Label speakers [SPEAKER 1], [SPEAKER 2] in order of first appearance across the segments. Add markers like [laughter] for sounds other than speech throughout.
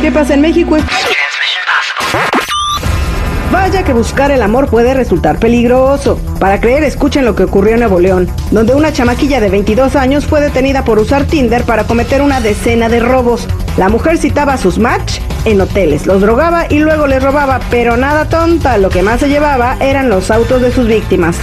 [SPEAKER 1] ¿Qué pasa en México? Es... Vaya que buscar el amor puede resultar peligroso. Para creer, escuchen lo que ocurrió en Nuevo León, donde una chamaquilla de 22 años fue detenida por usar Tinder para cometer una decena de robos. La mujer citaba a sus match en hoteles, los drogaba y luego les robaba, pero nada tonta, lo que más se llevaba eran los autos de sus víctimas.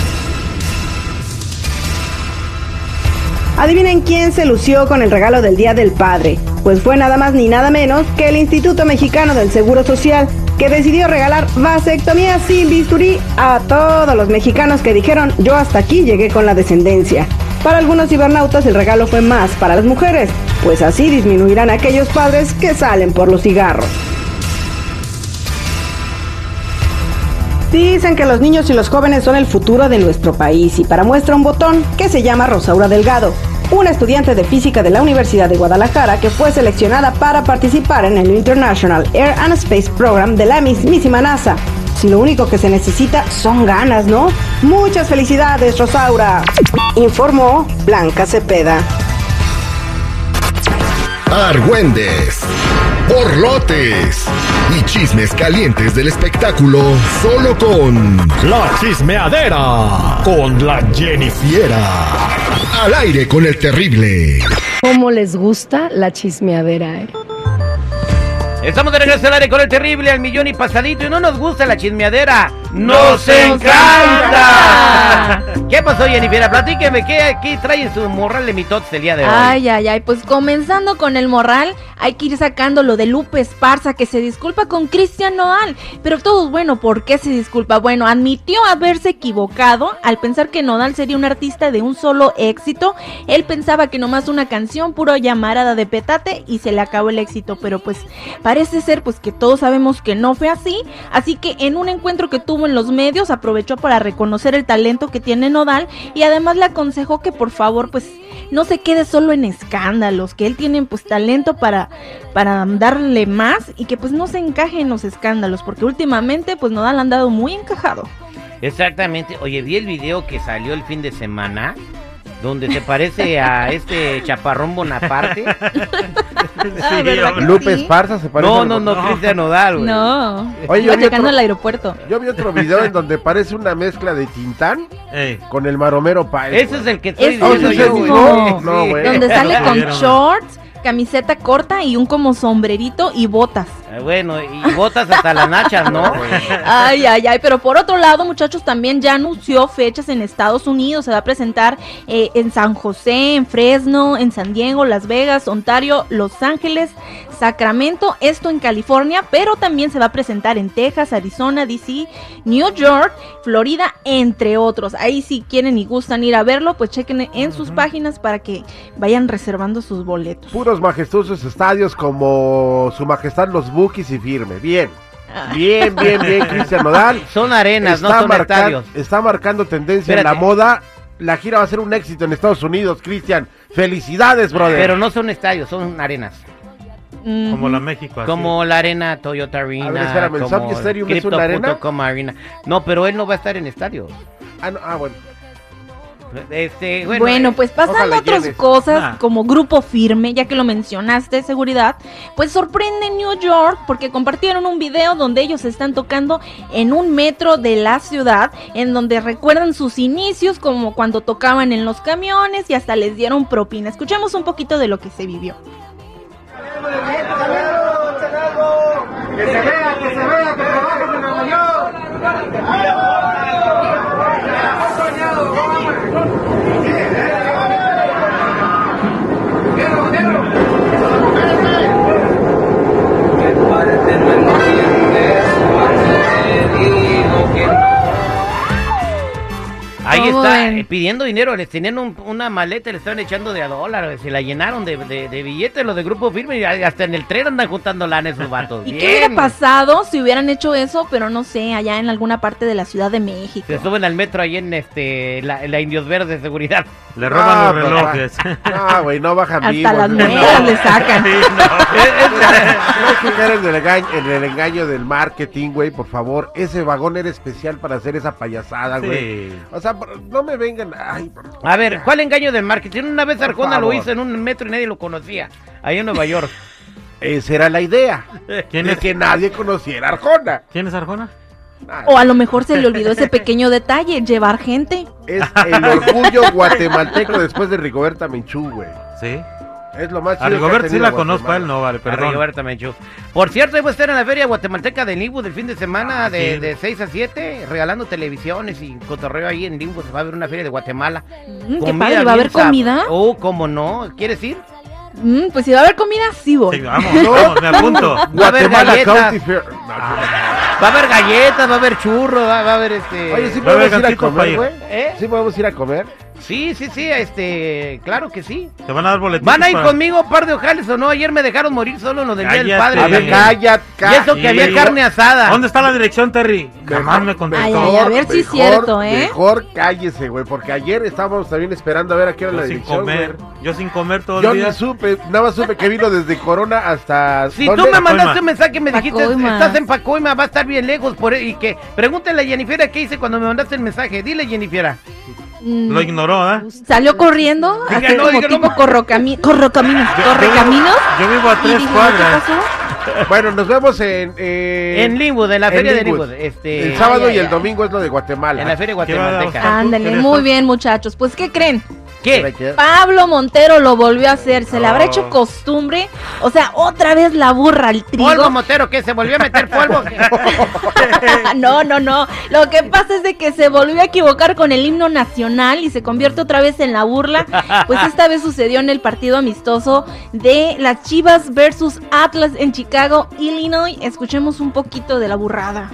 [SPEAKER 1] Adivinen quién se lució con el regalo del Día del Padre. Pues fue nada más ni nada menos que el Instituto Mexicano del Seguro Social, que decidió regalar vasectomía sin bisturí a todos los mexicanos que dijeron yo hasta aquí llegué con la descendencia. Para algunos cibernautas el regalo fue más para las mujeres, pues así disminuirán aquellos padres que salen por los cigarros. Dicen que los niños y los jóvenes son el futuro de nuestro país y para muestra un botón que se llama Rosaura Delgado, una estudiante de física de la Universidad de Guadalajara que fue seleccionada para participar en el International Air and Space Program de la mismísima NASA. Si lo único que se necesita son ganas, ¿no? Muchas felicidades, Rosaura, informó Blanca Cepeda.
[SPEAKER 2] Argüendes, borlotes y chismes calientes del espectáculo solo con La Chismeadera con la Jennifiera. Al aire con el terrible.
[SPEAKER 3] ¿Cómo les gusta la chismeadera? eh?
[SPEAKER 4] Estamos de regreso al aire con el terrible, al millón y pasadito, y no nos gusta la chismeadera. ¡Nos encanta! ¿Qué pasó, Jennifer? Platíqueme, ¿qué, qué traen su morral de mitotes el día de hoy?
[SPEAKER 5] Ay, ay, ay, pues comenzando con el morral, hay que ir sacando lo de Lupe Esparza, que se disculpa con Cristian Nodal. Pero todos, bueno, ¿por qué se disculpa? Bueno, admitió haberse equivocado al pensar que Nodal sería un artista de un solo éxito. Él pensaba que nomás una canción, puro llamarada de petate, y se le acabó el éxito. Pero pues parece ser pues que todos sabemos que no fue así. Así que en un encuentro que tuvo en los medios, aprovechó para reconocer el talento que tiene Nodal y además le aconsejó que por favor, pues no se quede solo en escándalos, que él tiene pues talento para, para darle más y que pues no se encaje en los escándalos, porque últimamente pues Nodal ha andado muy encajado.
[SPEAKER 4] Exactamente. Oye, vi el video que salió el fin de semana, donde se parece a este chaparrón Bonaparte.
[SPEAKER 5] Ah, ¿verdad que
[SPEAKER 6] Lupe
[SPEAKER 5] sí?
[SPEAKER 6] Esparza se parece.
[SPEAKER 4] No,
[SPEAKER 6] al-
[SPEAKER 4] no, no, Cristian Nodal, güey.
[SPEAKER 5] No,
[SPEAKER 6] Oye,
[SPEAKER 5] iba
[SPEAKER 6] yo vi
[SPEAKER 5] llegando
[SPEAKER 6] otro-
[SPEAKER 5] al
[SPEAKER 6] [laughs]
[SPEAKER 5] aeropuerto.
[SPEAKER 6] Yo vi otro video en donde parece una mezcla de Tintán
[SPEAKER 7] Ey.
[SPEAKER 6] con el Maromero Páez.
[SPEAKER 4] Ese
[SPEAKER 6] güey.
[SPEAKER 4] es el que estoy
[SPEAKER 5] Ese
[SPEAKER 4] diciendo
[SPEAKER 5] es el
[SPEAKER 4] yo,
[SPEAKER 5] mismo.
[SPEAKER 4] güey.
[SPEAKER 6] No,
[SPEAKER 4] Sí.
[SPEAKER 6] güey.
[SPEAKER 5] Donde
[SPEAKER 6] no
[SPEAKER 5] sale
[SPEAKER 7] se
[SPEAKER 5] con
[SPEAKER 7] vieron.
[SPEAKER 5] shorts, camiseta corta y un como sombrerito y botas.
[SPEAKER 4] Ah, Bueno, y botas hasta las nachas, ¿no?
[SPEAKER 5] Ay, ay, ay, pero por otro lado, muchachos, también ya anunció fechas en Estados Unidos. Se va a presentar eh, en San José, en Fresno, en San Diego, Las Vegas, Ontario, Los Ángeles, Sacramento, esto en California, pero también se va a presentar en Texas, Arizona, DC, New York, Florida, entre otros. Ahí si quieren y gustan ir a verlo, pues chequen en sus páginas para que vayan reservando sus boletos.
[SPEAKER 6] Puros majestuosos estadios como su majestad los Bukis y firme. Bien. Bien, bien, bien, Cristian [laughs] Nodal.
[SPEAKER 4] Son arenas, no son
[SPEAKER 6] marca-
[SPEAKER 4] estadios.
[SPEAKER 6] está marcando tendencia en la
[SPEAKER 4] Espérate.
[SPEAKER 6] moda. La gira va a ser un éxito en Estados Unidos, Cristian. Felicidades, brother. Ah,
[SPEAKER 4] Pero no son estadios, son arenas.
[SPEAKER 5] Mm.
[SPEAKER 7] Como la México. así.
[SPEAKER 4] Como la arena Toyota Arena.
[SPEAKER 6] A ver, espérame, ¿el
[SPEAKER 4] como
[SPEAKER 6] Sophie Stadium es una arena?
[SPEAKER 4] Crypto.com Arena. No, pero él no va a estar en estadios.
[SPEAKER 6] Ah, no, ah, bueno.
[SPEAKER 4] Este, bueno,
[SPEAKER 5] Bueno, pues pasando
[SPEAKER 6] ojalá
[SPEAKER 5] a otras
[SPEAKER 6] llegues.
[SPEAKER 5] cosas,
[SPEAKER 4] Ah.
[SPEAKER 7] Nah.
[SPEAKER 5] como grupo firme, ya que lo mencionaste, seguridad, pues sorprende en New York porque compartieron un video donde ellos están tocando en un metro de la ciudad, en donde recuerdan sus inicios, como cuando tocaban en los camiones y hasta les dieron propina. Escuchemos un poquito de lo que se vivió.
[SPEAKER 4] ahí
[SPEAKER 5] ¿cómo
[SPEAKER 4] está,
[SPEAKER 5] ven?
[SPEAKER 4] eh, pidiendo dinero, les tenían un- una maleta, le estaban echando de a dólar, se la llenaron de, de- de billetes los de Grupo Firme y hasta en el tren andan juntando lana esos vatos.
[SPEAKER 5] [laughs] ¿Y qué
[SPEAKER 4] Bien.
[SPEAKER 5] hubiera pasado si hubieran hecho eso, pero no sé, allá en alguna parte de la Ciudad de México?
[SPEAKER 4] Se suben al metro ahí en este la, la Indios Verdes Seguridad.
[SPEAKER 7] Le roban
[SPEAKER 6] Ah,
[SPEAKER 7] los
[SPEAKER 6] pero-
[SPEAKER 7] relojes. [laughs]
[SPEAKER 6] Ah, güey, no bajan
[SPEAKER 5] Hasta
[SPEAKER 6] vivos.
[SPEAKER 5] las
[SPEAKER 6] No,
[SPEAKER 5] mujeres le sacan.
[SPEAKER 7] Sí, no.
[SPEAKER 6] eh, No hay que caer en el, engaño, en el engaño del marketing, güey, por favor. Ese vagón era especial para hacer esa
[SPEAKER 7] Ah,
[SPEAKER 6] payasada, güey.
[SPEAKER 7] Sí.
[SPEAKER 6] O sea, por- no me vengan. Ay, por-
[SPEAKER 4] A ver, ¿cuál engaño del marketing? Una vez
[SPEAKER 6] Por
[SPEAKER 4] Arjona lo
[SPEAKER 6] favor.
[SPEAKER 4] hizo en un metro y nadie lo conocía, ahí en Nueva York.
[SPEAKER 6] Esa era la idea.
[SPEAKER 7] ¿Quién
[SPEAKER 6] de
[SPEAKER 7] es?
[SPEAKER 6] que nadie conociera a Arjona.
[SPEAKER 7] ¿Quién es Arjona?
[SPEAKER 6] Ah,
[SPEAKER 5] O a lo mejor se le olvidó ese pequeño detalle, llevar gente.
[SPEAKER 6] Es el orgullo guatemalteco después de Rigoberta Menchú, güey.
[SPEAKER 7] Sí.
[SPEAKER 6] Es lo más
[SPEAKER 7] A
[SPEAKER 6] chido que ha
[SPEAKER 7] Rigobert sí
[SPEAKER 6] tenido
[SPEAKER 7] la conozco, a él
[SPEAKER 6] Guatemala.
[SPEAKER 7] no, vale,
[SPEAKER 4] Arriba,
[SPEAKER 7] perdón.
[SPEAKER 4] Berta Menchú. Por cierto, ahí voy a estar en la Feria Guatemalteca de Limbus del fin de semana
[SPEAKER 7] Ah,
[SPEAKER 4] de,
[SPEAKER 7] sí.
[SPEAKER 4] de 6 a 7, regalando televisiones y cotorreo ahí en Limbus. Va a haber una feria de Guatemala.
[SPEAKER 5] Mm, qué
[SPEAKER 4] Comida
[SPEAKER 5] padre, ¿va a
[SPEAKER 4] bien
[SPEAKER 5] haber
[SPEAKER 4] sab-
[SPEAKER 5] comida?
[SPEAKER 4] Oh, ¿cómo no? ¿Quieres ir?
[SPEAKER 5] Mm, pues si va a haber comida, sí voy.
[SPEAKER 7] Sí, vamos, vamos, me apunto.
[SPEAKER 4] Va a haber
[SPEAKER 6] Guatemala
[SPEAKER 4] galletas.
[SPEAKER 6] County Fair. No,
[SPEAKER 7] Ah,
[SPEAKER 4] Va a haber galletas, va a haber churros, va, va a haber este...
[SPEAKER 6] Oye, ¿sí
[SPEAKER 7] Va a haber
[SPEAKER 6] podemos ir a
[SPEAKER 7] gancito para
[SPEAKER 6] comer,
[SPEAKER 7] ir.
[SPEAKER 6] güey?
[SPEAKER 4] ¿Eh?
[SPEAKER 6] ¿Sí podemos ir a comer?
[SPEAKER 4] Sí, sí, sí, este, claro que sí.
[SPEAKER 7] Te van a dar boletín.
[SPEAKER 4] ¿Van a ir conmigo, par de ojales o no? Ayer me dejaron morir solo en lo del Día del
[SPEAKER 7] Cállate.
[SPEAKER 4] Padre.
[SPEAKER 7] A ver,
[SPEAKER 4] Y-
[SPEAKER 6] cállate,
[SPEAKER 4] Y eso que había
[SPEAKER 7] Sí.
[SPEAKER 4] carne asada.
[SPEAKER 7] ¿Dónde está la dirección, Terry? Jamás me
[SPEAKER 5] Ay,
[SPEAKER 7] contestó.
[SPEAKER 5] ay, a ver si es cierto, ¿eh?
[SPEAKER 6] Mejor cállese, güey, porque ayer estábamos también esperando a ver a qué era la
[SPEAKER 7] Yo Pues sin
[SPEAKER 6] dirección,
[SPEAKER 7] comer.
[SPEAKER 6] güey.
[SPEAKER 7] Yo sin comer todo
[SPEAKER 6] Yo
[SPEAKER 7] el día.
[SPEAKER 6] ni supe, nada más supe que vino desde Corona hasta...
[SPEAKER 4] Si
[SPEAKER 6] ¿dónde?
[SPEAKER 4] tú me
[SPEAKER 7] Pacoima.
[SPEAKER 4] mandaste un mensaje me dijiste,
[SPEAKER 5] Pacoima.
[SPEAKER 4] estás en Pacoima, va a estar bien lejos por e-". y que pregúntale a Jennifer qué hice cuando me mandaste el mensaje. Dile Jennifer.
[SPEAKER 5] Mm,
[SPEAKER 7] Lo ignoró, ¿eh?
[SPEAKER 5] Salió corriendo,
[SPEAKER 4] Diga
[SPEAKER 5] así
[SPEAKER 4] no,
[SPEAKER 5] como
[SPEAKER 4] diga no.
[SPEAKER 5] tipo corrocami- corrocaminos, correcaminos.
[SPEAKER 7] Yo vivo a
[SPEAKER 5] Y
[SPEAKER 7] tres
[SPEAKER 5] dije, ¿qué
[SPEAKER 7] cuadras.
[SPEAKER 5] pasó?
[SPEAKER 6] Bueno, nos vemos en... eh,
[SPEAKER 4] en Linwood, en la
[SPEAKER 6] en
[SPEAKER 4] feria de
[SPEAKER 6] Linwood.
[SPEAKER 4] Linwood. Este,
[SPEAKER 6] El sábado
[SPEAKER 5] Ay, ay,
[SPEAKER 6] y el
[SPEAKER 5] ay.
[SPEAKER 6] domingo es lo de Guatemala.
[SPEAKER 4] en la feria
[SPEAKER 7] ¿Qué va a dar?
[SPEAKER 4] guatemalteca.
[SPEAKER 5] Ándale,
[SPEAKER 7] ¿Qué
[SPEAKER 5] muy
[SPEAKER 7] pasó?
[SPEAKER 5] bien, muchachos. Pues, ¿qué creen?
[SPEAKER 4] ¿Qué?
[SPEAKER 5] Pablo Montero lo volvió a hacer, se le habrá
[SPEAKER 7] No.
[SPEAKER 5] hecho costumbre. O sea, otra vez la burra al trigo.
[SPEAKER 4] Polvo Motero, que se volvió a meter polvo.
[SPEAKER 5] [laughs] no, no, no. Lo que pasa es de que se volvió a equivocar con el himno nacional y se convierte otra vez en la burla. Pues esta vez sucedió en el partido amistoso de las Chivas versus Atlas en Chicago, Illinois. Escuchemos un poquito de la burrada.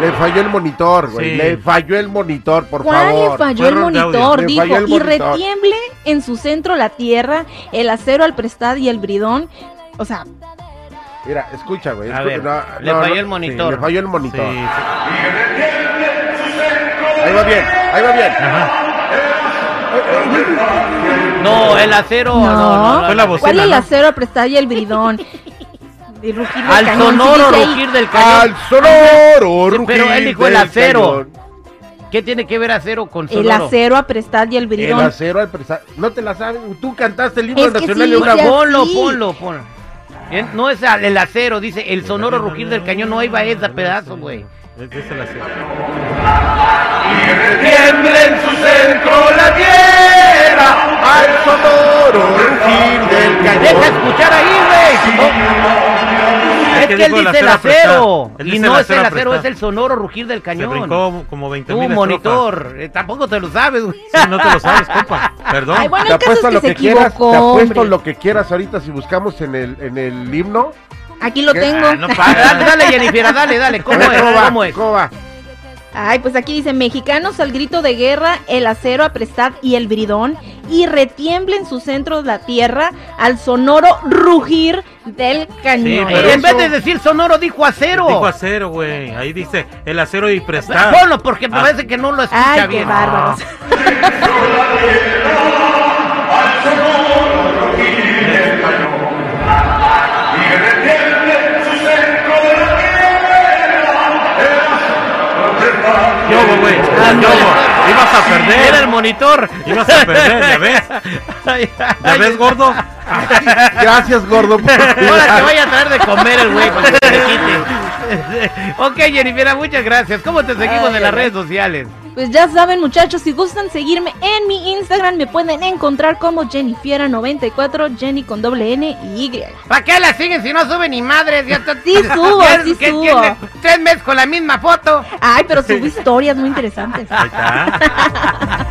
[SPEAKER 6] Le falló el monitor, güey.
[SPEAKER 7] Sí.
[SPEAKER 6] Le falló el monitor, por
[SPEAKER 5] ¿Cuál le
[SPEAKER 6] favor.
[SPEAKER 5] falló
[SPEAKER 7] fue
[SPEAKER 5] el
[SPEAKER 7] error de
[SPEAKER 5] monitor?
[SPEAKER 6] audio. Le
[SPEAKER 5] Dijo,
[SPEAKER 6] falló el
[SPEAKER 5] y
[SPEAKER 6] monitor.
[SPEAKER 5] retiemble en su centro la tierra, el acero al prestad y el bridón. O sea,
[SPEAKER 6] Mira, escucha, güey.
[SPEAKER 4] A
[SPEAKER 6] escu-
[SPEAKER 4] ver, le falló el monitor.
[SPEAKER 6] sí, le falló el
[SPEAKER 7] Sí,
[SPEAKER 6] monitor.
[SPEAKER 7] sí.
[SPEAKER 6] Ahí va bien, ahí va bien.
[SPEAKER 7] Ajá.
[SPEAKER 4] No, el acero. No, no, no,
[SPEAKER 7] Fue la voz.
[SPEAKER 5] ¿cuál
[SPEAKER 7] Bocina,
[SPEAKER 5] el
[SPEAKER 7] ¿no?
[SPEAKER 5] acero al prestad y el bridón? [laughs] Y rugir del
[SPEAKER 4] Al
[SPEAKER 5] cañón, sí
[SPEAKER 4] sonoro
[SPEAKER 5] dice ahí.
[SPEAKER 4] rugir del cañón.
[SPEAKER 6] Al sonoro,
[SPEAKER 4] Sí, pero
[SPEAKER 6] rugir
[SPEAKER 4] él dijo el
[SPEAKER 6] del
[SPEAKER 4] acero.
[SPEAKER 6] cañón.
[SPEAKER 4] ¿Qué tiene que ver acero con
[SPEAKER 5] El
[SPEAKER 4] sonoro?
[SPEAKER 5] acero a prestad y el
[SPEAKER 6] El
[SPEAKER 5] bridón.
[SPEAKER 6] acero al presa- No te la sabes. Tú cantaste el himno
[SPEAKER 5] Es que
[SPEAKER 6] nacional
[SPEAKER 5] sí,
[SPEAKER 6] de una
[SPEAKER 5] o sea,
[SPEAKER 6] voz.
[SPEAKER 4] Ponlo,
[SPEAKER 5] Sí.
[SPEAKER 4] ponlo, ponlo. Bien, No es al- el acero, dice el sonoro rugir del cañón. No, ahí va esa pedazo, güey.
[SPEAKER 7] Es- es el acero.
[SPEAKER 6] en su centro la tierra. Al sonoro, rugir del
[SPEAKER 4] Deja
[SPEAKER 6] cañón.
[SPEAKER 4] escuchar ahí, güey. Oh.
[SPEAKER 7] Es
[SPEAKER 4] Es
[SPEAKER 7] que
[SPEAKER 4] que él
[SPEAKER 7] dijo el
[SPEAKER 4] dice el
[SPEAKER 7] acero
[SPEAKER 4] acero.
[SPEAKER 7] apretado. Él
[SPEAKER 4] Y
[SPEAKER 7] dice
[SPEAKER 4] no
[SPEAKER 7] el
[SPEAKER 4] es el
[SPEAKER 7] acero
[SPEAKER 4] acero, es
[SPEAKER 7] apretado.
[SPEAKER 4] el sonoro rugir del
[SPEAKER 7] Se
[SPEAKER 4] cañón.
[SPEAKER 7] brincó como 20
[SPEAKER 4] Tú,
[SPEAKER 7] mil
[SPEAKER 4] monitor. eh, tampoco te lo sabes, güey.
[SPEAKER 7] no te lo sabes, compa. Perdón.
[SPEAKER 5] Ay, bueno,
[SPEAKER 6] Te
[SPEAKER 5] el caso es
[SPEAKER 6] apuesto
[SPEAKER 5] que
[SPEAKER 6] lo
[SPEAKER 5] se
[SPEAKER 6] que quieras, te
[SPEAKER 5] equivocó.
[SPEAKER 6] apuesto
[SPEAKER 5] hombre.
[SPEAKER 6] lo que quieras ahorita si buscamos en el, en el himno.
[SPEAKER 5] Aquí lo
[SPEAKER 6] ¿Qué?
[SPEAKER 5] tengo.
[SPEAKER 7] Ah, no
[SPEAKER 4] [laughs] Dale,
[SPEAKER 7] paga.
[SPEAKER 4] dale, Jennifer, dale, dale. ¿Cómo
[SPEAKER 6] A ver,
[SPEAKER 4] es?
[SPEAKER 6] ¿Cómo va?
[SPEAKER 4] ¿Cómo es?
[SPEAKER 6] ¿Cómo va?
[SPEAKER 5] Ay, pues aquí dice, mexicanos al grito de guerra, el acero a prestad y el bridón, y retiembla en su centro la tierra al sonoro rugir del cañón.
[SPEAKER 7] Sí,
[SPEAKER 4] Y
[SPEAKER 7] pero-
[SPEAKER 4] en vez de decir sonoro, dijo acero.
[SPEAKER 7] Dijo acero, güey. Ahí dice el acero y prestado.
[SPEAKER 4] Ponlo, porque me
[SPEAKER 7] Ah.
[SPEAKER 4] parece que no lo escucha
[SPEAKER 5] Ay, qué
[SPEAKER 4] bien.
[SPEAKER 5] bárbaros.
[SPEAKER 7] Yo, güey. Yo, güey. Ibas a
[SPEAKER 4] Era el
[SPEAKER 7] perder.
[SPEAKER 4] monitor.
[SPEAKER 7] Ibas
[SPEAKER 4] [laughs]
[SPEAKER 7] a perder, ya ves.
[SPEAKER 4] Ay,
[SPEAKER 7] ¿Ya
[SPEAKER 4] ay,
[SPEAKER 7] ves, gordo?
[SPEAKER 6] Gracias, gordo. por-
[SPEAKER 4] [laughs] Ahora te vaya a traer de comer el güey para que te quite. [laughs] ok, Jennifer, muchas gracias. ¿Cómo te seguimos
[SPEAKER 5] Ay,
[SPEAKER 4] en las
[SPEAKER 5] ay,
[SPEAKER 4] redes sociales?
[SPEAKER 5] Pues ya saben muchachos, si gustan seguirme en mi Instagram me pueden encontrar como Jennifiera94, Jenny con doble N y Y.
[SPEAKER 4] ¿Para qué la siguen si no sube ni madres? [laughs] Ya está-
[SPEAKER 5] Sí subo,
[SPEAKER 4] ya-
[SPEAKER 5] sí
[SPEAKER 4] que
[SPEAKER 5] subo.
[SPEAKER 4] tiene tres meses con la misma foto.
[SPEAKER 6] [laughs]
[SPEAKER 5] Ay, pero subí historias muy interesantes.
[SPEAKER 7] Ahí está.